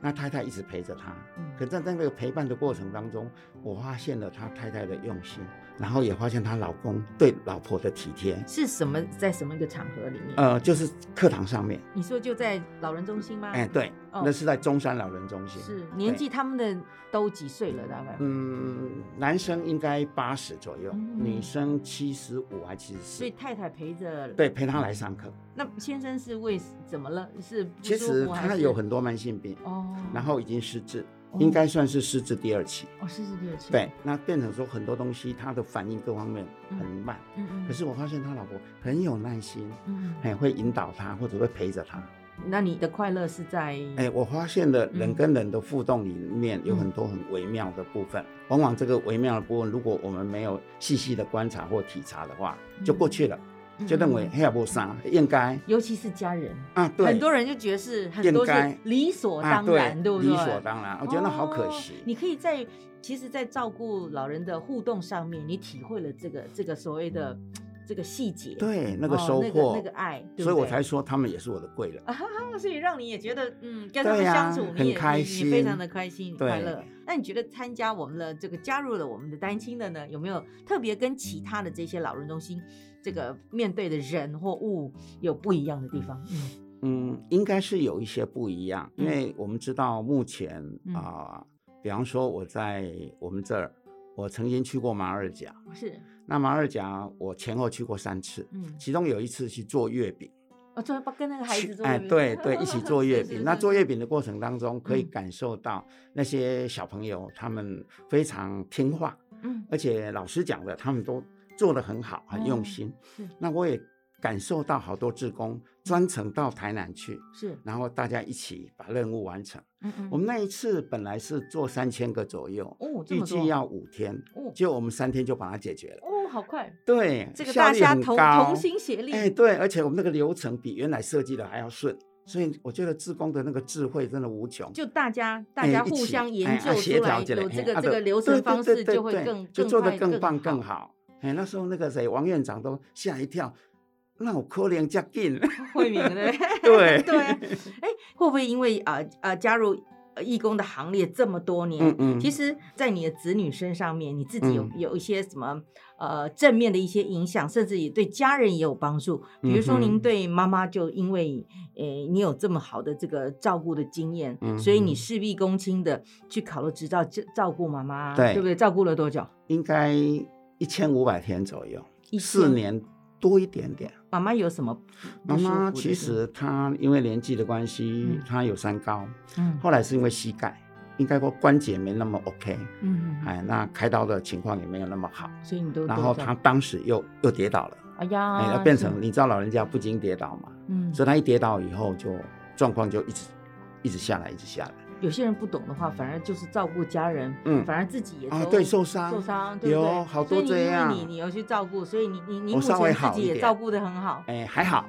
[SPEAKER 3] 那太太一直陪着他。
[SPEAKER 2] 嗯
[SPEAKER 3] 可在那个陪伴的过程当中，我发现了他太太的用心，然后也发现她老公对老婆的体贴，
[SPEAKER 2] 是什么在什么一个场合里面？
[SPEAKER 3] 呃，就是课堂上面，
[SPEAKER 2] 你说就在老人中心吗？
[SPEAKER 3] 哎，对，
[SPEAKER 2] 哦
[SPEAKER 3] 那是在中山老人中心，
[SPEAKER 2] 是年纪他们的都几岁了？大概、
[SPEAKER 3] 嗯，男生应该八十左右，
[SPEAKER 2] 嗯
[SPEAKER 3] 女生七十五还七十
[SPEAKER 2] 所以嗯
[SPEAKER 3] 四，
[SPEAKER 2] 太太陪着。
[SPEAKER 3] 对，，陪她来上课。
[SPEAKER 2] 那先生是为怎么了？是不
[SPEAKER 3] 其
[SPEAKER 2] 舒
[SPEAKER 3] 实
[SPEAKER 2] 服还
[SPEAKER 3] 她
[SPEAKER 2] 是
[SPEAKER 3] 有很多慢性病，
[SPEAKER 2] 哦，
[SPEAKER 3] 然后已经失智，
[SPEAKER 2] 哦
[SPEAKER 3] 应该算是失智第二期。
[SPEAKER 2] 哦是是第二期。
[SPEAKER 3] 对，，那变成说很多东西她的反应各方面
[SPEAKER 2] 嗯
[SPEAKER 3] 很慢，
[SPEAKER 2] 嗯嗯。
[SPEAKER 3] 可是我发现她老婆很有耐心，
[SPEAKER 2] 嗯，嗯
[SPEAKER 3] 哎，会引导她或者会陪着她。
[SPEAKER 2] 那你的快乐是在
[SPEAKER 3] 哎，我发现了
[SPEAKER 2] 嗯
[SPEAKER 3] 人跟人的互动里面有很多很微妙的部分，往往这个微妙的部分，如果我们没有细细的观察或体察的话，就过去了，就认为
[SPEAKER 2] 嗯嗯嗯
[SPEAKER 3] 黑亚波啥应该
[SPEAKER 2] 尤其是家人，
[SPEAKER 3] 啊，对，
[SPEAKER 2] 很多人就觉得是很多是
[SPEAKER 3] 应该
[SPEAKER 2] 理所
[SPEAKER 3] 啊
[SPEAKER 2] 当然，对不对？
[SPEAKER 3] 理所当然，我觉得好可
[SPEAKER 2] 哦
[SPEAKER 3] 惜。
[SPEAKER 2] 你可以在其实，在照顾老人的互动上面，你体会了这个这个所谓的这个细节，
[SPEAKER 3] 对那
[SPEAKER 2] 哦，
[SPEAKER 3] 个收
[SPEAKER 2] 那
[SPEAKER 3] 获，
[SPEAKER 2] 个那个爱，对不
[SPEAKER 3] 所以我
[SPEAKER 2] 对
[SPEAKER 3] 才说他们也是我的贵人。
[SPEAKER 2] 啊哈哈，所以让你也觉得，嗯，跟他们
[SPEAKER 3] 对啊
[SPEAKER 2] 相处，你也
[SPEAKER 3] 很开
[SPEAKER 2] 你你非
[SPEAKER 3] 心
[SPEAKER 2] 常的开心
[SPEAKER 3] 对
[SPEAKER 2] 快乐。那你觉得参加我们的这个加入了我们的单亲的呢，有没有特别跟其他的这些老人中心这个面对的人或物有不一样的地方？嗯
[SPEAKER 3] 嗯，应该是有一些不一样，因
[SPEAKER 2] 嗯
[SPEAKER 3] 为我们知道目前
[SPEAKER 2] 嗯
[SPEAKER 3] 啊、比方说我在我们这儿，我曾经去过马二甲，
[SPEAKER 2] 是，
[SPEAKER 3] 那马二甲我前后去过三次，
[SPEAKER 2] 嗯，
[SPEAKER 3] 其中有一次去做月饼，
[SPEAKER 2] 我昨天跟那个孩
[SPEAKER 3] 去
[SPEAKER 2] 子做
[SPEAKER 3] 哎，
[SPEAKER 2] 月饼
[SPEAKER 3] 对对，一起 做
[SPEAKER 2] 是
[SPEAKER 3] 月
[SPEAKER 2] 是
[SPEAKER 3] 饼。
[SPEAKER 2] 是
[SPEAKER 3] 那做月饼的过程当中，可以
[SPEAKER 2] 嗯
[SPEAKER 3] 感受到那些小朋友他们非常听话，
[SPEAKER 2] 嗯
[SPEAKER 3] 而且老师讲的他们都做得很好，很
[SPEAKER 2] 哦
[SPEAKER 3] 用心。
[SPEAKER 2] 是
[SPEAKER 3] 那我也感受到好多志工专程到台南去，
[SPEAKER 2] 是，
[SPEAKER 3] 然后大家一起把任务完成。
[SPEAKER 2] 嗯嗯，
[SPEAKER 3] 我们那一次本来是做三千个左右，
[SPEAKER 2] 哦这
[SPEAKER 3] 预
[SPEAKER 2] 么多
[SPEAKER 3] 计要五天，
[SPEAKER 2] 哦
[SPEAKER 3] 就我们三天就把它解决了。
[SPEAKER 2] 哦好快，
[SPEAKER 3] 对，
[SPEAKER 2] 这个
[SPEAKER 3] 效
[SPEAKER 2] 大
[SPEAKER 3] 率
[SPEAKER 2] 家
[SPEAKER 3] 很
[SPEAKER 2] 同
[SPEAKER 3] 高
[SPEAKER 2] 同心协力，
[SPEAKER 3] 哎，对，而且我们那个流程比原来设计的还要顺，所以我觉得志工的那个智慧真的无穷。
[SPEAKER 2] 就大家大
[SPEAKER 3] 哎
[SPEAKER 2] 家
[SPEAKER 3] 一
[SPEAKER 2] 互
[SPEAKER 3] 起
[SPEAKER 2] 相
[SPEAKER 3] 哎
[SPEAKER 2] 研
[SPEAKER 3] 啊
[SPEAKER 2] 究
[SPEAKER 3] 协
[SPEAKER 2] 出来
[SPEAKER 3] 调起来
[SPEAKER 2] 有
[SPEAKER 3] 哎
[SPEAKER 2] 这个
[SPEAKER 3] 啊
[SPEAKER 2] 这个
[SPEAKER 3] 对
[SPEAKER 2] 流
[SPEAKER 3] 对
[SPEAKER 2] 程方
[SPEAKER 3] 对
[SPEAKER 2] 式，
[SPEAKER 3] 对
[SPEAKER 2] 就会
[SPEAKER 3] 对
[SPEAKER 2] 更
[SPEAKER 3] 就做
[SPEAKER 2] 快
[SPEAKER 3] 得更棒
[SPEAKER 2] 好
[SPEAKER 3] 更好。哎，那时候那个谁王院长都吓一跳，那我可怜加劲，
[SPEAKER 2] 慧敏对
[SPEAKER 3] 对
[SPEAKER 2] 对啊，哎，会不会因为啊啊加入呃义工的行列这么多年？
[SPEAKER 3] 嗯嗯，
[SPEAKER 2] 其
[SPEAKER 3] 实
[SPEAKER 2] 实，在你的子女身上面，你自己有、
[SPEAKER 3] 嗯
[SPEAKER 2] 有一些什么呃正面的一些影响，甚至也对家人也有帮助。比如说，
[SPEAKER 3] 嗯
[SPEAKER 2] 您
[SPEAKER 3] 哼
[SPEAKER 2] 对妈妈就因为呃你有这么好的这个照顾的经验，
[SPEAKER 3] 嗯
[SPEAKER 2] 所以你
[SPEAKER 3] 哼
[SPEAKER 2] 事必躬亲的去考了执照，照照顾妈妈，
[SPEAKER 3] 对
[SPEAKER 2] 不对？照顾了多久？
[SPEAKER 3] 嗯应该一千五百天左右，
[SPEAKER 2] 一
[SPEAKER 3] 四
[SPEAKER 2] 千
[SPEAKER 3] 年多一点点。
[SPEAKER 2] 妈妈有什么不舒服的
[SPEAKER 3] 妈
[SPEAKER 2] 地方？
[SPEAKER 3] 妈其实她因为年纪的关系
[SPEAKER 2] 嗯，
[SPEAKER 3] 她有三高，
[SPEAKER 2] 嗯，
[SPEAKER 3] 后来是因为膝盖，应该说关节没那么 OK，
[SPEAKER 2] 嗯嗯，嗯
[SPEAKER 3] 哎，那开刀的情况也没有那么好。
[SPEAKER 2] 所以你都
[SPEAKER 3] 然
[SPEAKER 2] 都
[SPEAKER 3] 后
[SPEAKER 2] 在
[SPEAKER 3] 他当时又又跌倒了，
[SPEAKER 2] 哎呀，
[SPEAKER 3] 哎、那变成你知道老人家不经跌倒嘛，
[SPEAKER 2] 嗯，
[SPEAKER 3] 所以他一跌倒以后就状况就一直一直下来，一直下来
[SPEAKER 2] 有些人不懂的话，反而就是照顾家人，
[SPEAKER 3] 嗯
[SPEAKER 2] 反而自己也
[SPEAKER 3] 啊，
[SPEAKER 2] 都
[SPEAKER 3] 对，受伤
[SPEAKER 2] 受伤，对不对
[SPEAKER 3] 有好多
[SPEAKER 2] 所以你
[SPEAKER 3] 这样
[SPEAKER 2] 因为你你有去照顾，所以你你你
[SPEAKER 3] 我
[SPEAKER 2] 母
[SPEAKER 3] 稍微
[SPEAKER 2] 亲
[SPEAKER 3] 好
[SPEAKER 2] 自己
[SPEAKER 3] 一
[SPEAKER 2] 也
[SPEAKER 3] 点
[SPEAKER 2] 照顾的很 好。
[SPEAKER 3] 哎、还好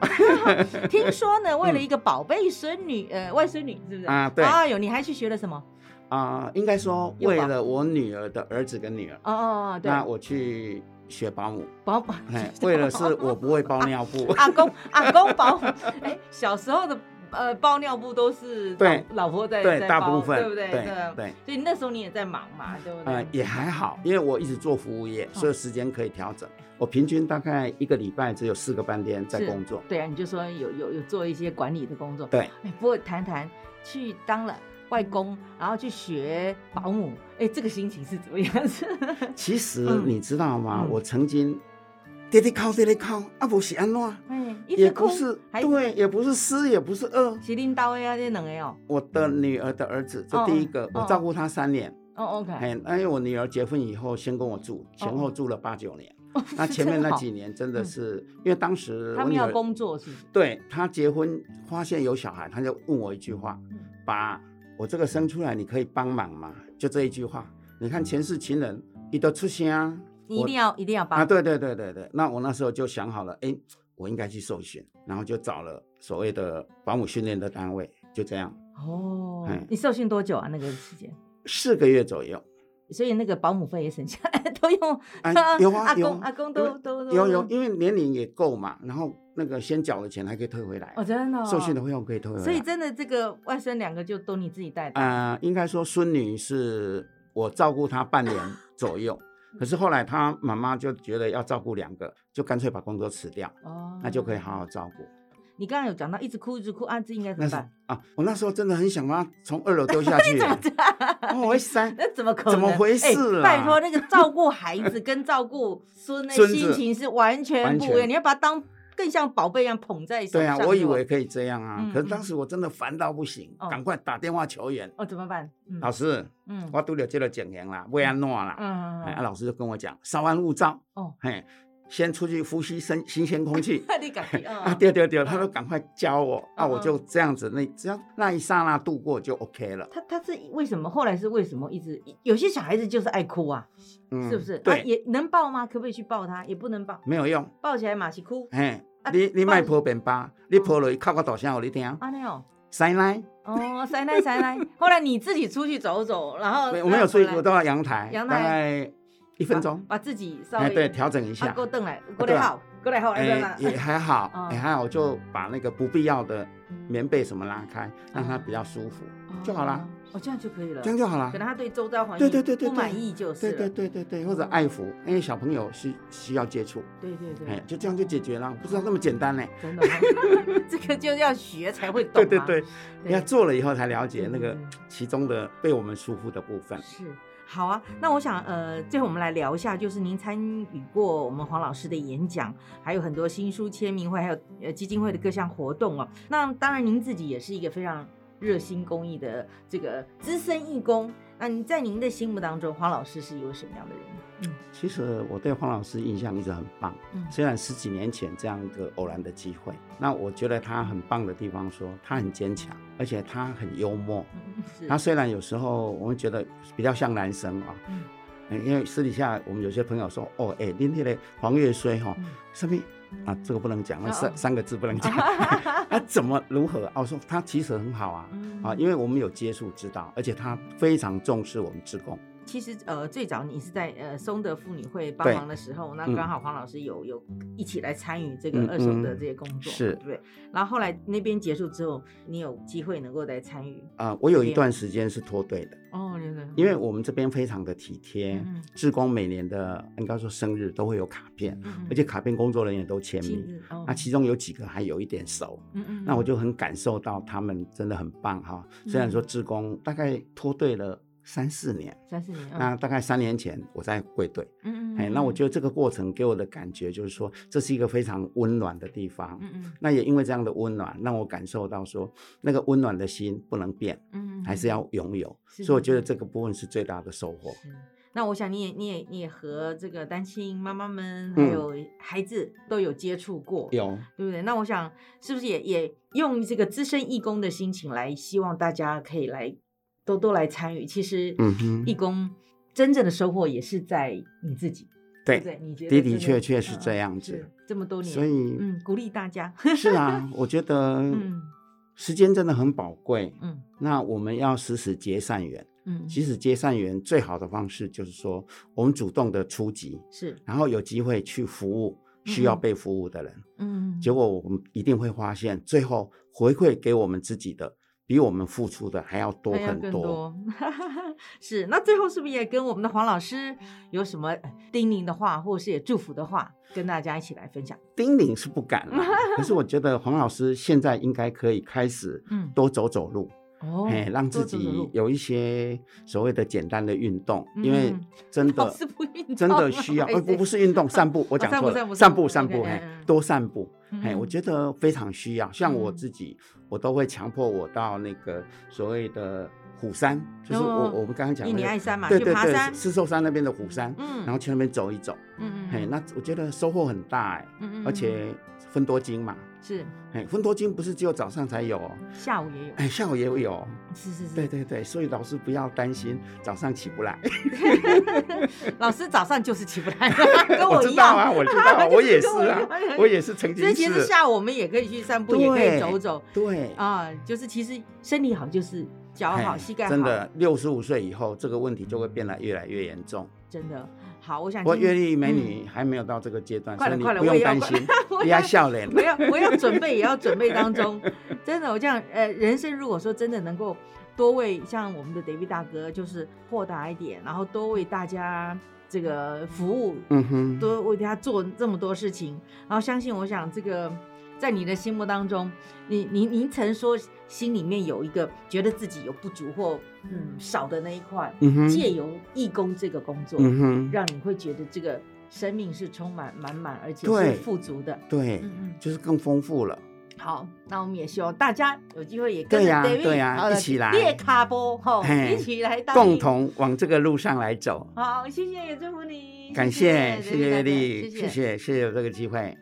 [SPEAKER 2] 听说呢，为了一个宝贝孙女，呃，外孙女是不是？
[SPEAKER 3] 啊对
[SPEAKER 2] 啊，有你还去学了什么？
[SPEAKER 3] 啊、应该说
[SPEAKER 2] 嗯有
[SPEAKER 3] 为
[SPEAKER 2] 保
[SPEAKER 3] 了我女儿的儿子跟女儿，
[SPEAKER 2] 哦哦，哦对，
[SPEAKER 3] 那我去学保姆，
[SPEAKER 2] 保 保，
[SPEAKER 3] 哎、为了是我不会包尿布
[SPEAKER 2] 阿公阿公保姆，哎，小时候的呃包尿布都是
[SPEAKER 3] 对
[SPEAKER 2] 老老婆在
[SPEAKER 3] 对，
[SPEAKER 2] 在
[SPEAKER 3] 大
[SPEAKER 2] 包
[SPEAKER 3] 部分
[SPEAKER 2] 对不对？
[SPEAKER 3] 对
[SPEAKER 2] 对。
[SPEAKER 3] 对
[SPEAKER 2] 所以那嗯时候你也在忙嘛，对不
[SPEAKER 3] 呃
[SPEAKER 2] 对，？
[SPEAKER 3] 也还好，因为我一直做服务业，所以时间可以调整。我平均大概一个礼拜只有四个半天在
[SPEAKER 2] 是
[SPEAKER 3] 工作。
[SPEAKER 2] 对啊，你就说有有有做一些管理的工作。
[SPEAKER 3] 对，
[SPEAKER 2] 哎，不过谈谈去当了外公，然后去学保姆，哎，这个心情是怎么样子？
[SPEAKER 3] 其实
[SPEAKER 2] 嗯
[SPEAKER 3] 你知道吗？
[SPEAKER 2] 嗯
[SPEAKER 3] 我曾经跌跌靠跌跌靠，啊不是安怎，
[SPEAKER 2] 哎，一直
[SPEAKER 3] 也
[SPEAKER 2] 哭
[SPEAKER 3] 不是，
[SPEAKER 2] 还
[SPEAKER 3] 对，啊也不是失，也不是饿。
[SPEAKER 2] 麒麟刀呀，这两个哦，
[SPEAKER 3] 我的女儿的儿子，
[SPEAKER 2] 哦
[SPEAKER 3] 这第一个，
[SPEAKER 2] 哦
[SPEAKER 3] 我照顾他三年。
[SPEAKER 2] 哦，OK，
[SPEAKER 3] 哎，那因为我女儿结婚以后，先跟我住，
[SPEAKER 2] 哦
[SPEAKER 3] 前后住了八九年。那前面那几年真的是，因为当时
[SPEAKER 2] 嗯他
[SPEAKER 3] 我
[SPEAKER 2] 们
[SPEAKER 3] 女
[SPEAKER 2] 要
[SPEAKER 3] 儿
[SPEAKER 2] 工作是不是？
[SPEAKER 3] 对她结婚发现有小孩，她就问我一句话
[SPEAKER 2] 嗯：“
[SPEAKER 3] 爸，我这个生出来你可以帮忙吗？”就这一句话。你看前世情人，一都出现啊，
[SPEAKER 2] 你一
[SPEAKER 3] 我
[SPEAKER 2] 定要一定要
[SPEAKER 3] 啊，
[SPEAKER 2] 帮，
[SPEAKER 3] 对对对对对，那我那时候就想好了，哎，我应该去受训，然后就找了所谓的保姆训练的单位，就这样
[SPEAKER 2] 哦
[SPEAKER 3] 哎，
[SPEAKER 2] 你受训多久啊？那个时间？
[SPEAKER 3] 四个月左右。
[SPEAKER 2] 所以那个保姆费也省下来， 都用
[SPEAKER 3] 啊有啊
[SPEAKER 2] 阿
[SPEAKER 3] 有
[SPEAKER 2] 公阿公都都都
[SPEAKER 3] 有有，因为年龄也够嘛，然后那个先缴的钱还可以退回来，
[SPEAKER 2] 哦，真的哦
[SPEAKER 3] 受训的费啊用可以退回来。
[SPEAKER 2] 所以真的这个外甥两个就都你自己带的，哦
[SPEAKER 3] 呃，应该说孙女是我照顾她半年左右，
[SPEAKER 2] 嗯
[SPEAKER 3] 可是后来他妈妈就觉得要照顾两个，就干脆把工作辞掉，
[SPEAKER 2] 哦，
[SPEAKER 3] 啊那就可以好好照顾。
[SPEAKER 2] 你刚刚有讲到一直哭一直哭啊，这应该怎
[SPEAKER 3] 那
[SPEAKER 2] 么
[SPEAKER 3] 是
[SPEAKER 2] 办？
[SPEAKER 3] 啊，我那时候真的很想把他从二楼 丢下去
[SPEAKER 2] 怎么
[SPEAKER 3] 欸，
[SPEAKER 2] 这样？
[SPEAKER 3] 哦，我一塞，
[SPEAKER 2] 那怎么可能？
[SPEAKER 3] 怎么回
[SPEAKER 2] 哎
[SPEAKER 3] 事
[SPEAKER 2] 拜
[SPEAKER 3] 啊
[SPEAKER 2] 托，那个照 顾孩子跟照顾孙的
[SPEAKER 3] 孙子
[SPEAKER 2] 心情是完全
[SPEAKER 3] 完
[SPEAKER 2] 不一
[SPEAKER 3] 全
[SPEAKER 2] 样，你要把他当更像宝贝一样捧在手
[SPEAKER 3] 对
[SPEAKER 2] 上。
[SPEAKER 3] 啊，我以
[SPEAKER 2] 是吗
[SPEAKER 3] 为可以这样啊，
[SPEAKER 2] 嗯
[SPEAKER 3] 可是当
[SPEAKER 2] 嗯
[SPEAKER 3] 时我真的烦到不行，
[SPEAKER 2] 哦
[SPEAKER 3] 赶快打电话求援。
[SPEAKER 2] 哦，怎么办？嗯
[SPEAKER 3] 老师，
[SPEAKER 2] 嗯
[SPEAKER 3] 我拄着这个情形啦，未安怎啦？
[SPEAKER 2] 嗯
[SPEAKER 3] 哎，啊，老师就跟我讲，稍安勿躁，
[SPEAKER 2] 哦，。
[SPEAKER 3] 嘿，先出去呼吸新新鲜空气
[SPEAKER 2] 那你嗯感觉
[SPEAKER 3] 啊，对对对，他都赶快教我，啊，我
[SPEAKER 2] 嗯嗯
[SPEAKER 3] 就这样子，那只要那一刹那度过就 OK 了，
[SPEAKER 2] 他他是为什么？后来是为什么一直有些小孩子就是爱哭啊，
[SPEAKER 3] 嗯，
[SPEAKER 2] 是不是？啊
[SPEAKER 3] 对，
[SPEAKER 2] 也能抱吗？可不可以去抱他？也不能抱，
[SPEAKER 3] 没有用，
[SPEAKER 2] 抱起来马是哭。
[SPEAKER 3] 嘿
[SPEAKER 2] 啊，
[SPEAKER 3] 你你
[SPEAKER 2] 抱
[SPEAKER 3] 卖破便吧，你破落去哭个大声，互你听，
[SPEAKER 2] 啊那哦，
[SPEAKER 3] 塞奶，
[SPEAKER 2] 哦，塞奶塞奶。后来你自己出去走走，啊然后
[SPEAKER 3] 我我没有注意，
[SPEAKER 2] 让回来
[SPEAKER 3] 我到阳台，
[SPEAKER 2] 阳
[SPEAKER 3] 大
[SPEAKER 2] 台啊
[SPEAKER 3] 概一分钟，
[SPEAKER 2] 把自己稍
[SPEAKER 3] 哎，
[SPEAKER 2] 微
[SPEAKER 3] 对，调整一
[SPEAKER 2] 啊，
[SPEAKER 3] 下
[SPEAKER 2] 给，我瞪来，过
[SPEAKER 3] 对
[SPEAKER 2] 来
[SPEAKER 3] 啊
[SPEAKER 2] 好，过来好，来来
[SPEAKER 3] 哎，也
[SPEAKER 2] 来。
[SPEAKER 3] 还好
[SPEAKER 2] 嗯，
[SPEAKER 3] 也还好，我就把那个不必要的棉被什么拉开，让它比较舒服就好啦，
[SPEAKER 2] 哦，哦，这样就可以了。
[SPEAKER 3] 这样就好啦
[SPEAKER 2] 可。能他对周遭环境
[SPEAKER 3] 对对对对
[SPEAKER 2] 不满意就是
[SPEAKER 3] 对
[SPEAKER 2] 了。嗯
[SPEAKER 3] 对对对对，或者爱抚，因为小朋友需需要接触，
[SPEAKER 2] 对对对
[SPEAKER 3] 哎，就这样就解决了，不知道那么简单呢。
[SPEAKER 2] 真的哦， 这个就要学才会懂。啊
[SPEAKER 3] 对对对，，
[SPEAKER 2] 对
[SPEAKER 3] 你要做了以后才了解
[SPEAKER 2] 嗯
[SPEAKER 3] 那个
[SPEAKER 2] 嗯
[SPEAKER 3] 其中的被我们舒服的部 分。
[SPEAKER 2] 是。好啊，那我想，呃，最后我们来聊一下，就是您参与过我们黄老师的演讲，还有很多新书签名会，还有呃基金会的各项活动哦。那当然，您自己也是一个非常热心公益的这个资深义工。那您在您的心目当中，黄老师是一位什么样的人？
[SPEAKER 3] 其实我对黄老师印象一直很棒，
[SPEAKER 2] 嗯
[SPEAKER 3] 虽然十几年前这样一个偶然的机会，那我觉得他很棒的地方说，他很坚强，而且他很幽默。
[SPEAKER 2] 嗯，是
[SPEAKER 3] 他虽然有时候我们觉得比较像男生啊、
[SPEAKER 2] 嗯
[SPEAKER 3] 嗯因为私底下我们有些朋友说，哦，哎、您那个黄月衰哈、
[SPEAKER 2] 嗯
[SPEAKER 3] 什么啊，这个不能讲，那
[SPEAKER 2] 哦
[SPEAKER 3] 三、
[SPEAKER 2] 哦
[SPEAKER 3] 三个字 不能讲，啊，怎么如何？啊，我说他其实很好啊，
[SPEAKER 2] 嗯
[SPEAKER 3] 啊，因为我们有接触知道，而且他非常重视我们职工，
[SPEAKER 2] 其实呃，最早你是在呃松德妇女会帮
[SPEAKER 3] 对
[SPEAKER 2] 忙的时候，那
[SPEAKER 3] 嗯
[SPEAKER 2] 刚好黄老师有、有一起来参与这个
[SPEAKER 3] 嗯
[SPEAKER 2] 二手的
[SPEAKER 3] 嗯
[SPEAKER 2] 这些工作，
[SPEAKER 3] 是
[SPEAKER 2] 对不对？然后后来那边结束之后，你有机会能够来参与
[SPEAKER 3] 啊，我有一段时间是脱队的，
[SPEAKER 2] 哦，真的，
[SPEAKER 3] 因为我们这边非常的体贴
[SPEAKER 2] 嗯嗯，
[SPEAKER 3] 志工每年的应该说生日都会有卡片，
[SPEAKER 2] 嗯
[SPEAKER 3] 而且卡片工作人员都签
[SPEAKER 2] 亲
[SPEAKER 3] 名，
[SPEAKER 2] 自哦，
[SPEAKER 3] 那其中有几个还有一点熟，
[SPEAKER 2] 嗯嗯，
[SPEAKER 3] 那我
[SPEAKER 2] 就
[SPEAKER 3] 就很感受到他们真的很棒哈。
[SPEAKER 2] 嗯
[SPEAKER 3] 虽然说志工大概脱队了三四年，
[SPEAKER 2] 三四年，嗯
[SPEAKER 3] 那大概三年前我在归队，
[SPEAKER 2] 嗯嗯，
[SPEAKER 3] 哎，那我觉
[SPEAKER 2] 得
[SPEAKER 3] 得这个过程给我的感觉就是说，这是一个非常温暖的地方。
[SPEAKER 2] 嗯嗯
[SPEAKER 3] 那也因为这样的温暖，让我感受到说，那个温暖的心不能变，
[SPEAKER 2] 嗯，
[SPEAKER 3] 还是要拥有。
[SPEAKER 2] 是
[SPEAKER 3] 所以我觉得
[SPEAKER 2] 是
[SPEAKER 3] 这个部分是最大的收获。
[SPEAKER 2] 是那我想你也你也你也和这个单亲妈妈们还
[SPEAKER 3] 嗯
[SPEAKER 2] 有孩子都有接触过，
[SPEAKER 3] 有，
[SPEAKER 2] 对不对？那我想是不是也也用这个资深义工的心情来，希望大家可以来多多来参与。其实，
[SPEAKER 3] 嗯哼
[SPEAKER 2] 义工真正的收获也是在你自己，对不
[SPEAKER 3] 对，
[SPEAKER 2] 对？你觉得
[SPEAKER 3] 的
[SPEAKER 2] 真
[SPEAKER 3] 的确确是
[SPEAKER 2] 嗯
[SPEAKER 3] 这样
[SPEAKER 2] 是
[SPEAKER 3] 子。
[SPEAKER 2] 这么多年，
[SPEAKER 3] 所以，
[SPEAKER 2] 嗯，鼓励大家，
[SPEAKER 3] 是啊，我觉得
[SPEAKER 2] 嗯
[SPEAKER 3] 时间真的很宝贵。
[SPEAKER 2] 嗯
[SPEAKER 3] 那我们要时时结善缘，
[SPEAKER 2] 嗯，
[SPEAKER 3] 即使结善缘，最好的方式就是说，我们主动的出击，
[SPEAKER 2] 是
[SPEAKER 3] 然后有机会去服务需
[SPEAKER 2] 嗯
[SPEAKER 3] 要
[SPEAKER 2] 嗯
[SPEAKER 3] 被服务的人。
[SPEAKER 2] 嗯，
[SPEAKER 3] 结果我们一定会发现，最后回馈给我们自己的，比我们付出的还要多
[SPEAKER 2] 还要
[SPEAKER 3] 很
[SPEAKER 2] 更。 是，那最后是不是也跟我们的黄老师有什么呃叮咛的话，或者是也祝福的话，跟大家一起来分享？
[SPEAKER 3] 叮咛是不敢 了，可是我觉得黄老师现在应该可以开始
[SPEAKER 2] 嗯，
[SPEAKER 3] 多走走路，
[SPEAKER 2] 哦
[SPEAKER 3] 哎、让自
[SPEAKER 2] 多走走
[SPEAKER 3] 己
[SPEAKER 2] 路
[SPEAKER 3] 有一些所谓的简单的运动，
[SPEAKER 2] 嗯
[SPEAKER 3] 因为真
[SPEAKER 2] 老
[SPEAKER 3] 的
[SPEAKER 2] 师不运动
[SPEAKER 3] 真的需 要，
[SPEAKER 2] 哎
[SPEAKER 3] 呃，不不是运动，散 步，我讲错了，
[SPEAKER 2] 散步散
[SPEAKER 3] 散
[SPEAKER 2] 步
[SPEAKER 3] 步
[SPEAKER 2] 散
[SPEAKER 3] 散
[SPEAKER 2] 步
[SPEAKER 3] 步，
[SPEAKER 2] OK，
[SPEAKER 3] 嘿，
[SPEAKER 2] 嗯嗯
[SPEAKER 3] 多散步，嘿，哎我
[SPEAKER 2] 嗯
[SPEAKER 3] 觉得非常需要。像我
[SPEAKER 2] 嗯
[SPEAKER 3] 自己，我都会强迫我到那个所谓的虎山，就是我
[SPEAKER 2] 哦
[SPEAKER 3] 我们刚刚讲
[SPEAKER 2] 印
[SPEAKER 3] 那
[SPEAKER 2] 尼
[SPEAKER 3] 个
[SPEAKER 2] 爱山嘛，
[SPEAKER 3] 对
[SPEAKER 2] 去
[SPEAKER 3] 对
[SPEAKER 2] 爬山
[SPEAKER 3] 对，，狮兽山那边的虎山，
[SPEAKER 2] 嗯，
[SPEAKER 3] 然后去那边走一走，
[SPEAKER 2] 嗯
[SPEAKER 3] 嘿，
[SPEAKER 2] 嗯
[SPEAKER 3] 那我觉得收获很大哎，
[SPEAKER 2] 嗯嗯
[SPEAKER 3] 而
[SPEAKER 2] 嗯
[SPEAKER 3] 且分多金嘛，
[SPEAKER 2] 是
[SPEAKER 3] 嘿，分多金不是只有早上才有哦，
[SPEAKER 2] 下午也有，
[SPEAKER 3] 哎，下午也有，
[SPEAKER 2] 是是
[SPEAKER 3] 对
[SPEAKER 2] 是，
[SPEAKER 3] 对对，所以老师不要担心早上起不来，
[SPEAKER 2] 老师早上就是起不来， 跟我
[SPEAKER 3] 知
[SPEAKER 2] 一
[SPEAKER 3] 道
[SPEAKER 2] 样，
[SPEAKER 3] 啊，我知道 啊，我也是啊
[SPEAKER 2] 跟我一样，
[SPEAKER 3] 我也是曾经
[SPEAKER 2] 所以其实
[SPEAKER 3] 是
[SPEAKER 2] 下午我们也可以去散步，也可以
[SPEAKER 3] 对
[SPEAKER 2] 走走
[SPEAKER 3] 对，
[SPEAKER 2] 啊，就是其实身体好就是脚
[SPEAKER 3] 哎
[SPEAKER 2] 好，膝盖好，
[SPEAKER 3] 真的六十五岁以后，这个问题就会变得越来越严重。
[SPEAKER 2] 真的好，我想
[SPEAKER 3] 不过
[SPEAKER 2] 今嗯
[SPEAKER 3] 阅历美女还没有到这个阶段，
[SPEAKER 2] 快
[SPEAKER 3] 所
[SPEAKER 2] 了
[SPEAKER 3] 以你
[SPEAKER 2] 快了，
[SPEAKER 3] 不
[SPEAKER 2] 我
[SPEAKER 3] 用
[SPEAKER 2] 也要，
[SPEAKER 3] 担心
[SPEAKER 2] 我
[SPEAKER 3] 不
[SPEAKER 2] 也要
[SPEAKER 3] 要笑脸。
[SPEAKER 2] 我要我要准备，也要准备当中。 真的，我这样呃，人生如果说真的能够多为像我们的 David 大哥，就是豁达一点，然后多为大家这个服务，
[SPEAKER 3] 嗯哼，
[SPEAKER 2] 都为他做这么多事情，然后相信我想这个在你的心目当中，你你您曾说心里面有一个觉得自己有不足或嗯少的那一块，
[SPEAKER 3] 嗯哼，
[SPEAKER 2] 借由义工这个工作，
[SPEAKER 3] 嗯哼，
[SPEAKER 2] 让你会觉得这个生命是充满满满，而且
[SPEAKER 3] 对
[SPEAKER 2] 是富足的。
[SPEAKER 3] 对，
[SPEAKER 2] 嗯嗯，
[SPEAKER 3] 就是更丰富了。
[SPEAKER 2] 好，那我们也希望大家有机会也跟
[SPEAKER 3] 对
[SPEAKER 2] 着
[SPEAKER 3] 呀
[SPEAKER 2] David
[SPEAKER 3] 对呀
[SPEAKER 2] 好了
[SPEAKER 3] 一起来
[SPEAKER 2] 列卡波哈，
[SPEAKER 3] 嘿
[SPEAKER 2] 一起来当
[SPEAKER 3] 共
[SPEAKER 2] 义
[SPEAKER 3] 同往这个路上来走。
[SPEAKER 2] 好，谢谢，也祝福你，
[SPEAKER 3] 感谢，谢
[SPEAKER 2] 谢
[SPEAKER 3] 谢
[SPEAKER 2] 大
[SPEAKER 3] 月
[SPEAKER 2] 家
[SPEAKER 3] 丽，
[SPEAKER 2] 谢
[SPEAKER 3] 谢谢，谢谢有这个机会。